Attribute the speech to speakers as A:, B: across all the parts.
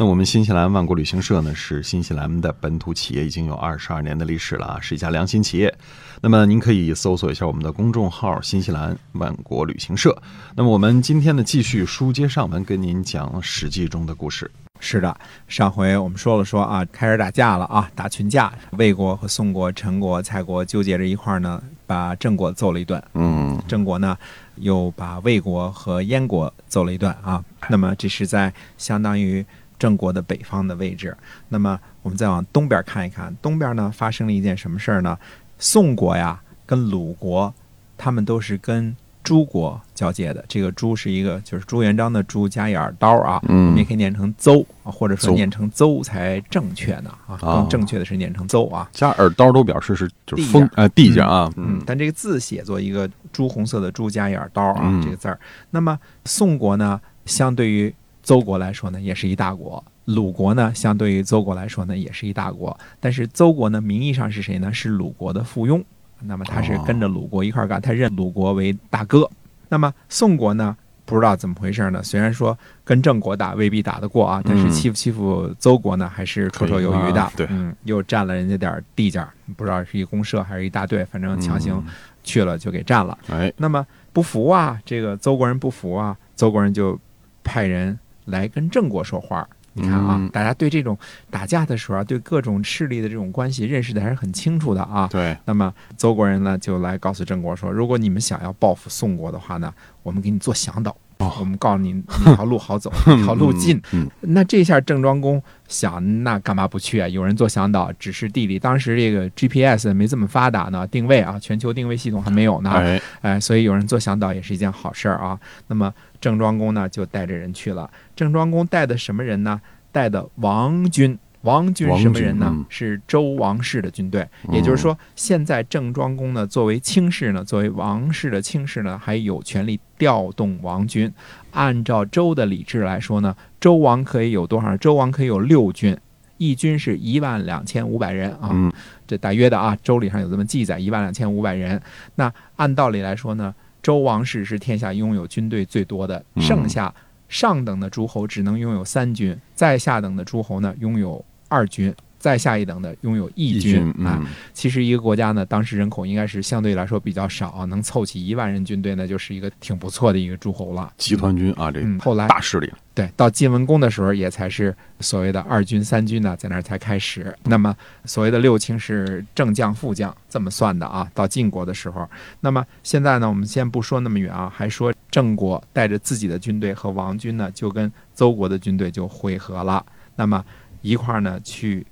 A: 那我们新西兰万国旅行社呢，是新西兰的本土企业，已经有二十二年的历史了啊，是一家良心企业。那么您可以搜索一下我们的公众号“新西兰万国旅行社”。那么我们今天呢，继续书接上文，跟您讲《史记》中的故事。
B: 是的，上回我们说了说啊，开始打架了啊，打群架，魏国和宋国、陈国、蔡国纠结着一块儿呢，把郑国揍了一顿。
A: 嗯，
B: 郑国呢，又把魏国和燕国揍了一顿啊。那么这是在相当于郑国的北方的位置。那么我们再往东边看一看，东边呢发生了一件什么事儿呢？宋国呀跟鲁国，他们都是跟朱国交界的。这个朱是一个就是朱元璋的朱加一耳刀啊，我
A: 嗯
B: 们也可以念成邹啊，或者说
A: 邹
B: 念成邹才正确呢啊，
A: 啊
B: 更正确的是念成邹啊。
A: 加耳刀都表示是就是
B: 地
A: 风
B: 价
A: 呃地价啊，
B: 嗯，但这个字写作一个朱红色的朱加一耳刀啊，
A: 嗯
B: 这个字儿。那么宋国呢，相对于邹国来说呢，也是一大国；鲁国呢，相对于邹国来说呢，也是一大国。但是邹国呢，名义上是谁呢？是鲁国的附庸。那么他是跟着鲁国一块儿干，他认鲁国为大哥。那么宋国呢，不知道怎么回事呢？虽然说跟郑国打未必打得过啊，但是
A: 嗯
B: 欺负欺负邹国呢，还是绰绰有余的。
A: 可以啊对
B: 嗯，又占了人家点儿地界儿，不知道是一公社还是一大队，反正强行
A: 嗯
B: 去了就给占了。
A: 哎，
B: 那么不服啊，这个邹国人不服啊，邹国人就派人来跟郑国说话儿。你看啊，
A: 嗯
B: 大家对这种打架的时候啊，对各种势力的这种关系认识的还是很清楚的啊。
A: 对，
B: 那么邹国人呢，就来告诉郑国说，如果你们想要报复宋国的话呢，我们给你做向导，我们告诉你哪条路好走，哪条路近。
A: 哦嗯
B: 那这下郑庄公想，那干嘛不去啊？有人做向导，只是地理，当时这个 GPS 没这么发达呢，定位啊，全球定位系统还没有呢。
A: 哎，
B: 哎，所以有人做向导也是一件好事儿啊。那么郑庄公呢，就带着人去了。郑庄公带的什么人呢？带的王军。王军哦是什么人呢？
A: 王军嗯
B: 是周王室的军队。也就是说，现在郑庄公呢，作为卿士呢，作为王室的卿士呢，还有权利调动王军。按照周的礼制来说呢，周王可以有多少？周王可以有六军，一军是一万两千五百人啊。
A: 嗯
B: 这大约的啊，周礼上有这么记载，一万两千五百人。那按道理来说呢，周王室是天下拥有军队最多的，
A: 嗯
B: 剩下上等的诸侯只能拥有三军，再下等的诸侯呢拥有二军，再下一等的拥有一
A: 义
B: 军
A: 军
B: 啊。
A: 嗯
B: 其实一个国家呢，当时人口应该是相对来说比较少，啊能凑齐一万人军队呢，就是一个挺不错的一个诸侯了。
A: 集团军啊，这
B: 嗯，后来
A: 大势力，
B: 对，到晋文公的时候，也才是所谓的二军、三军呢，在那儿才开始。那么所谓的六卿是正将、副将这么算的啊。到晋国的时候，那么现在呢，我们先不说那么远啊，还说郑国带着自己的军队和王军呢，就跟邹国的军队就会合了。那么一块儿呢去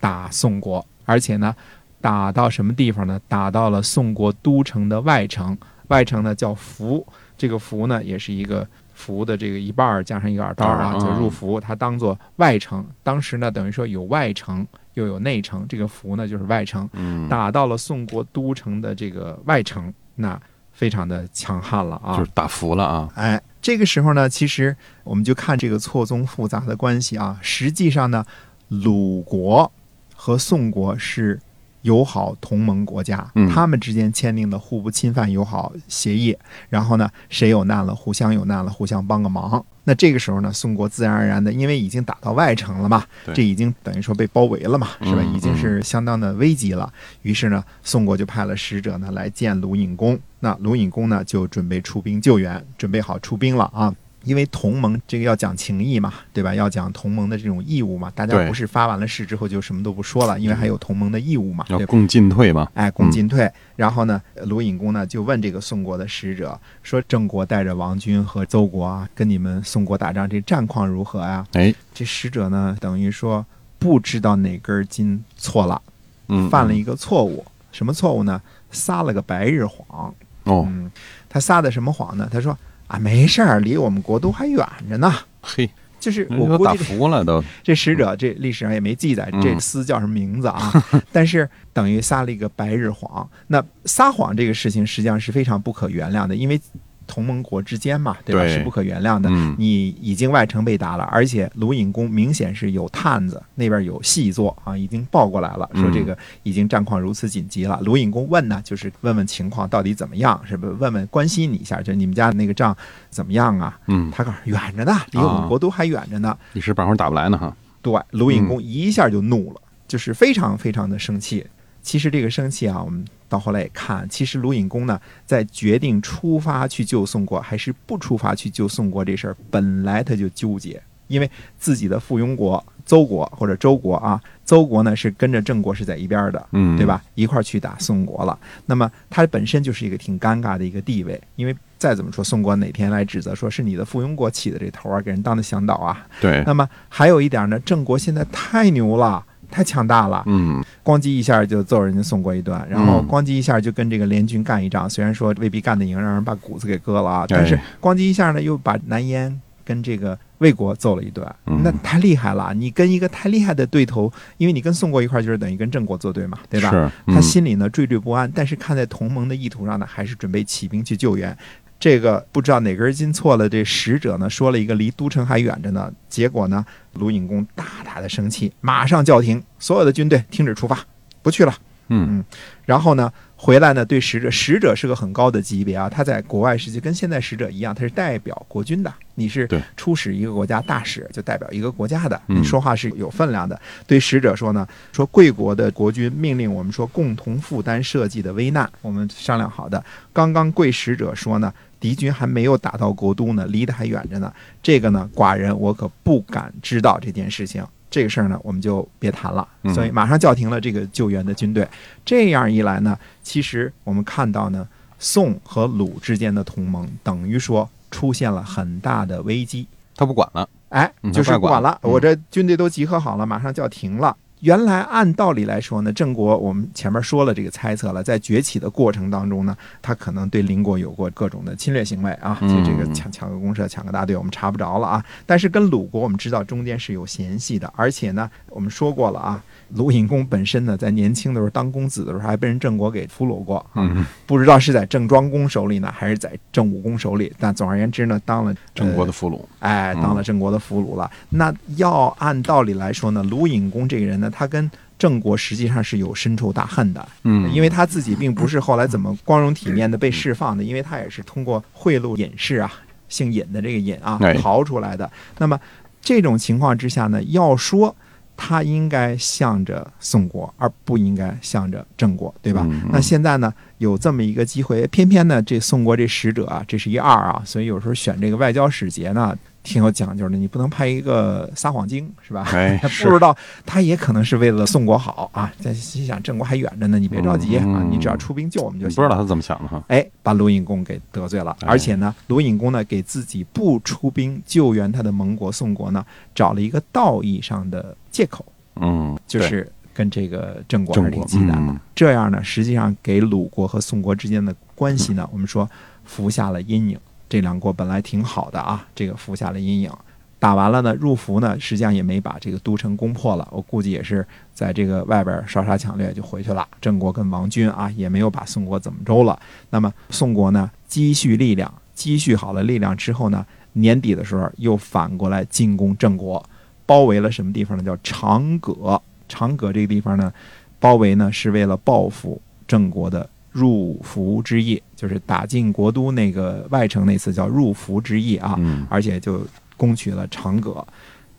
B: 打宋国，而且呢，打到什么地方呢？打到了宋国都城的外城，外城呢叫涪，这个涪呢也是一个涪的这个一半儿加上一个耳刀啊，
A: 耳啊
B: 就入涪，它当做外城。当时呢，等于说有外城又有内城，这个涪呢就是外城，
A: 嗯，
B: 打到了宋国都城的这个外城，那非常的强悍了啊，
A: 就是打服了啊，
B: 哎，这个时候呢，其实我们就看这个错综复杂的关系啊。实际上呢，鲁国和宋国是友好同盟国家，
A: 嗯
B: 他们之间签订的互不侵犯友好协议。然后呢，谁有难了，互相有难了，互相帮个忙。那这个时候呢，宋国自然而然的，因为已经打到外城了嘛，
A: 对
B: 这已经等于说被包围了嘛，是吧？
A: 嗯
B: 已经是相当的危急了。于是呢，宋国就派了使者呢来见鲁隐公。那鲁隐公呢就准备出兵救援，准备好出兵了啊。因为同盟这个要讲情义嘛，对吧？要讲同盟的这种义务嘛，大家
A: 对
B: 不是发完了誓之后就什么都不说了，因为还有同盟的义务嘛，
A: 要
B: 对吧？
A: 共进退嘛，
B: 哎，共进退。然后呢，鲁隐公呢就问这个宋国的使者说：“郑国带着王军和邹国啊，跟你们宋国打仗，这战况如何呀、
A: 哎，
B: 这使者呢，等于说不知道哪根筋错了，
A: 嗯，
B: 犯了一个错误。什么错误呢？撒了个白日谎。
A: 哦，
B: 嗯，他撒的什么谎呢？他说啊，没事儿，离我们国都还远着呢。
A: 嘿，
B: 就是
A: 人
B: 我
A: 都
B: 估
A: 打
B: 计这
A: 服了都，
B: 这使者这历史上也没记载
A: 嗯
B: 这厮叫什么名字 啊，但是等于撒了一个白日谎。那撒谎这个事情实际上是非常不可原谅的，因为同盟国之间嘛，对吧？
A: 对
B: 是不可原谅的。
A: 嗯
B: 你已经外城被打了，而且卢隐公明显是有探子，那边有细作啊，已经报过来了，说
A: 嗯
B: 这个已经战况如此紧急了。卢隐公问呢，就是问问情况到底怎么样，是不是问问关心你一下，就是你们家那个仗怎么样啊？
A: 嗯，
B: 他告诉远着呢，离我
A: 啊
B: 们国都还远着呢。
A: 一时半会儿打不来呢哈。
B: 对，卢隐公一下就怒了，就是非常非常的生气。其实这个生气啊，我们到后来也看，其实卢隐公呢，在决定出发去救宋国还是不出发去救宋国这事儿，本来他就纠结，因为自己的附庸国邹国或者周国啊，邹国呢是跟着郑国是在一边儿的，
A: 嗯，
B: 对？吧？一块儿去打宋国了。那么他本身就是一个挺尴尬的一个地位，因为再怎么说，宋国哪天来指责说是你的附庸国起的这头啊，给人当的向导啊，
A: 对，
B: 那么还有一点呢，郑国现在太牛了。太强大了，
A: 嗯
B: 咣叽一下就揍人家宋国一顿，然后
A: 嗯
B: 咣叽一下就跟这个联军干一仗。虽然说未必干得赢，让人把骨子给割了啊，
A: 对
B: 但是咣叽一下呢，又把南燕跟这个魏国揍了一顿
A: 嗯，
B: 那太厉害了！你跟一个太厉害的对头，因为你跟宋国一块儿就是等于跟郑国作对嘛，对吧？
A: 是，
B: 他
A: 嗯
B: 心里呢惴惴不安，但是看在同盟的意图上呢，还是准备起兵去救援。这个不知道哪根筋错了，这使者呢说了一个离都城还远着呢，结果呢，卢隐公大大的生气，马上叫停，所有的军队停止出发，不去了。
A: 嗯
B: 然后呢，回来呢，对使者，使者是个很高的级别啊，他在国外实际跟现在使者一样，他是代表国军的，你是
A: 对
B: 出使一个国家大使，就代表一个国家的，
A: 嗯
B: 你说话是有分量的。对使者说呢，说贵国的国君命令我们说共同负担社稷的危难，我们商量好的。刚刚贵使者说呢。敌军还没有打到国都呢，离得还远着呢。这个呢，寡人我可不敢知道这件事情。这个事儿呢，我们就别谈了。
A: 嗯
B: 所以马上叫停了这个救援的军队。这样一来呢，其实我们看到呢，宋和鲁之间的同盟等于说出现了很大的危机。
A: 他不管了，
B: 哎
A: 嗯，
B: 就是
A: 他
B: 不
A: 不管
B: 管
A: 了
B: 了，我这军队都集合好了，马上就要停了。原来按道理来说呢，郑国我们前面说了这个猜测了，在崛起的过程当中呢，他可能对邻国有过各种的侵略行为啊，就
A: 嗯
B: 这个抢抢个公社、抢个大队，我们查不着了啊。但是跟鲁国我们知道中间是有嫌隙的，而且呢，我们说过了啊，鲁隐公本身呢，在年轻的时候当公子的时候，还被人郑国给俘虏过啊，
A: 嗯，
B: 不知道是在郑庄公手里呢，还是在郑武公手里。但总而言之呢，当了
A: 郑国
B: 的。
A: 的俘
C: 呃
A: 虏，
B: 哎，
A: 嗯
B: 当了郑国的俘虏了。那要按道理来说呢，卢隐公这个人呢，他跟郑国实际上是有深仇大恨的，
A: 嗯，
B: 因为他自己并不是后来怎么光荣体面的被释放的，因为他也是通过贿赂隐士啊，姓尹的这个尹啊
A: 哎
B: 逃出来的。那么这种情况之下呢，要说。他应该向着宋国，而不应该向着郑国，对吧？
A: 嗯嗯
B: 那现在呢，有这么一个机会，偏偏呢，这宋国这使者啊，这是一二啊，所以有时候选这个外交使节呢，挺有讲究的。你不能派一个撒谎精，是吧？
A: 哎
B: 他
A: 是
B: 不知道，他也可能是为了宋国好啊。但心想郑国还远着呢，你别着急啊
A: 嗯，
B: 你只要出兵救我们
A: 你
B: 就
A: 不
B: 行。
A: 知道他怎么想的哈，
B: 哎，把卢隐公给得罪了，
A: 哎
B: 而且呢，卢隐公呢给自己不出兵救援他的盟国宋国呢，找了一个道义上的借口，
A: 嗯，
B: 就
A: 对
B: 是跟这个郑国还
A: 郑
B: 是
A: 国
B: 挺忌惮的。
A: 嗯
B: 这样呢，实际上给鲁国和宋国之间的关系呢，我们说服下了阴影。这两国本来挺好的啊，这个服下了阴影。打完了呢，入伏呢，实际上也没把这个都城攻破了。我估计也是在这个外边烧杀抢掠就回去了。郑国跟王军啊，也没有把宋国怎么着了。那么宋国呢，积蓄力量，积蓄好了力量之后呢，年底的时候又反过来进攻郑国，包围了什么地方呢？叫长葛。长葛这个地方呢，包围呢是为了报复郑国的入伏之役，就是打进国都那个外城那次叫入伏之役啊，
A: 嗯
B: 而且就攻取了长葛。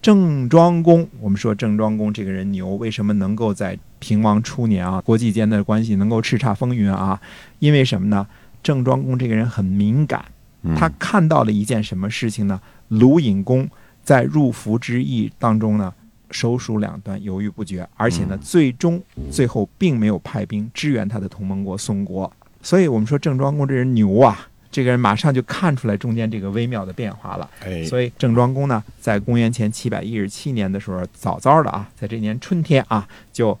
B: 郑庄公，我们说郑庄公这个人牛，为什么能够在平王初年啊，国际间的关系能够叱咤风云啊？因为什么呢？郑庄公这个人很敏感，
A: 嗯
B: 他看到了一件什么事情呢？鲁隐公在入伏之役当中呢，手鼠两端，犹豫不决，而且呢，
A: 嗯
B: 最终最后并没有派兵支援他的同盟国宋国。所以我们说郑庄公这人牛啊，这个人马上就看出来中间这个微妙的变化了。
A: 哎，
B: 所以郑庄公呢，在公元前七百一十七年的时候，早早的啊，在这年春天啊，就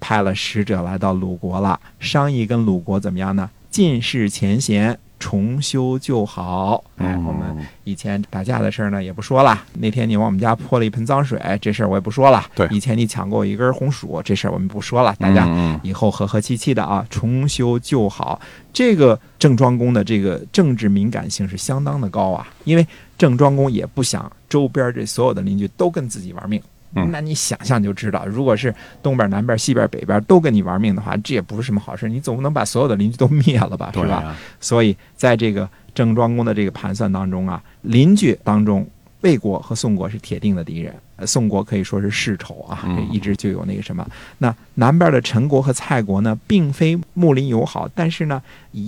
B: 派了使者来到鲁国了，商议跟鲁国怎么样呢？尽释前嫌，重修旧好。哎，我们
A: 嗯
B: 以前打架的事儿呢也不说了。那天你往我们家泼了一盆脏水，这事儿我也不说了。
A: 对
B: 以前你抢过我一根红薯，这事儿我们不说了。大家
A: 嗯
B: 以后和和气气的啊，重修旧好。这个郑庄公的这个政治敏感性是相当的高啊，因为郑庄公也不想周边这所有的邻居都跟自己玩命。
A: 嗯
B: 那你想想就知道，如果是东边、南边、西边、北边都跟你玩命的话，这也不是什么好事。你总不能把所有的邻居都灭了吧，是
A: 嗯对
B: 吧？
A: 啊，
B: 所以在这个郑庄公的这个盘算当中啊，邻居当中，魏国和宋国是铁定的敌人。呃宋国可以说是世仇啊，
A: 嗯
B: 这一直就有那个什么。那南边的陈国和蔡国呢，并非睦邻友好，但是呢，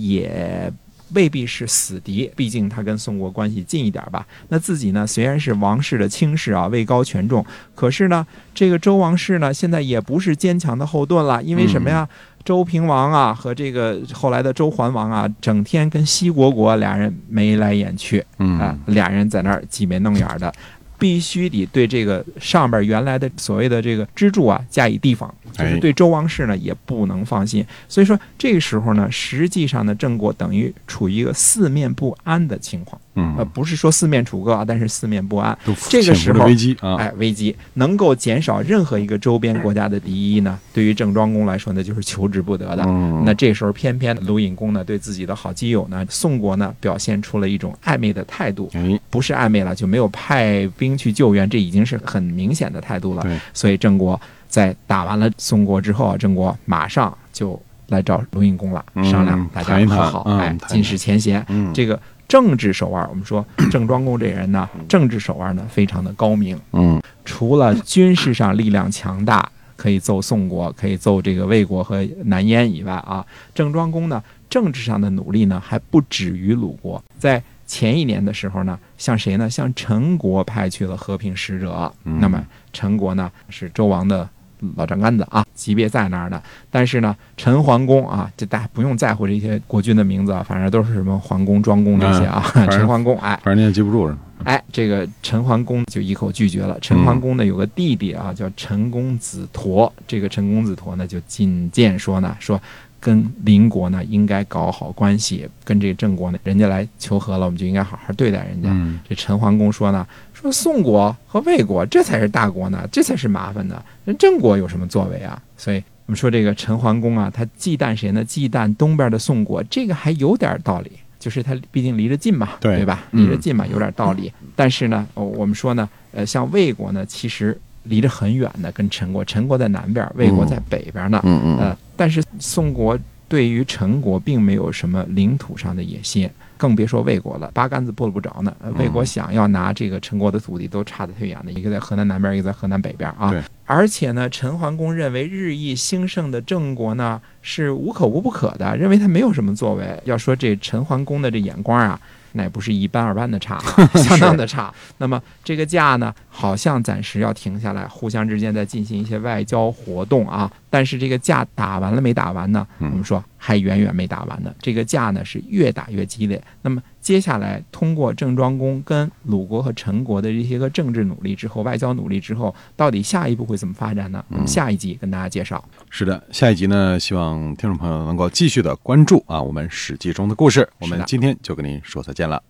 B: 也未必是死敌，毕竟他跟宋国关系近一点吧。那自己呢，虽然是王室的卿士啊，位高权重，可是呢，这个周王室呢，现在也不是坚强的后盾了，因为什么呀？周平王啊和这个后来的周桓王啊，整天跟西国国俩人眉来眼去啊
A: 嗯，
B: 俩人在那儿挤眉弄眼儿的，必须得对这个上边原来的所谓的这个支柱啊加以提防，就是
A: 哎
B: 对周王室呢也不能放心。所以说这个时候呢，实际上呢，郑国等于处于一个四面不安的情况，呃，
A: 嗯，
B: 不是说四面楚歌啊，但是四面不安。
A: 都
B: 这个
A: 潜伏
B: 时
A: 着
B: 候
A: 危机啊，
B: 哎，危机能够减少任何一个周边国家的敌意呢，对于郑庄公来说呢，就是求之不得的。
A: 嗯，
B: 那这时候偏偏鲁隐公呢，对自己的好基友呢宋国呢，表现出了一种暧昧的态度，
A: 哎，
B: 不是暧昧了，就没有派兵去救援，这已经是很明显的态度了
A: 对。
B: 所以郑国在打完了宋国之后啊，郑国马上就来找鲁隐公了，
A: 嗯
B: 商量大家
A: 谈一
B: 和
A: 谈
B: 好，
A: 嗯
B: 哎
A: 谈，一
B: 尽释前嫌。
A: 嗯，
B: 这个政治手腕，我们说郑庄公这人呢，政治手腕呢非常的高明。
A: 嗯
B: 除了军事上力量强大，可以揍宋国，可以揍这个魏国和南燕以外啊，郑庄公呢，政治上的努力呢，还不止于鲁国。在前一年的时候呢，向谁呢？向陈国派去了和平使者。
A: 嗯
B: 那么陈国呢，是周王的老丈杆子啊，级别在那儿呢。但是呢，陈桓公啊，这大家不用在乎这些国君的名字啊，反正都是什么桓公、庄公这些啊。
A: 嗯
B: 陈桓公，哎，
A: 反正你也记不住是吧？
B: 哎，这个陈桓公就一口拒绝了。陈桓公呢有个弟弟啊，叫陈公子陀。这个陈公子陀呢就进谏说呢，说跟邻国呢应该搞好关系，跟这个郑国呢，人家来求和了，我们就应该好好对待人家。
A: 嗯
B: 这陈桓公说呢，说宋国和魏国这才是大国呢，这才是麻烦呢，人郑国有什么作为啊？所以我们说这个陈桓公啊，他忌惮谁呢？忌惮东边的宋国，这个还有点道理，就是他毕竟离着近嘛，
A: 对
B: 吧？
A: 嗯
B: 离着近嘛，有点道 理。但是呢，哦我们说呢，呃，像魏国呢，其实离着很远的，跟陈国，陈国在南边，魏国在北边呢。
A: 嗯
B: 呃，但是宋国对于陈国并没有什么领土上的野心，更别说魏国了，八竿子拨不着呢。呃魏
A: 嗯
B: 国想要拿这个陈国的土地都差得太远了，一个在河南南边，一个在河南北边啊
A: 对。
B: 而且呢，陈桓公认为日益兴盛的郑国呢是无可无不可的，认为他没有什么作为。要说这陈桓公的这眼光啊。那也不是一般二般的 差， 相当的差。那么这个架呢，好像暂时要停下来，互相之间再进行一些外交活动啊。但是这个架打完了没打完呢？我
A: 嗯
B: 们说还远远没打完呢。这个架呢是越打越激烈。那么接下来通过郑庄公跟鲁国和陈国的这些个政治努力之后，外交努力之后，到底下一步会怎么发展呢？我们下一集跟大家介绍。
A: 是的，下一集呢，希望听众朋友能够继续的关注啊，我们《史记》中的故事。我
B: 是
A: 们
B: 的
A: 今天就跟您说再见了，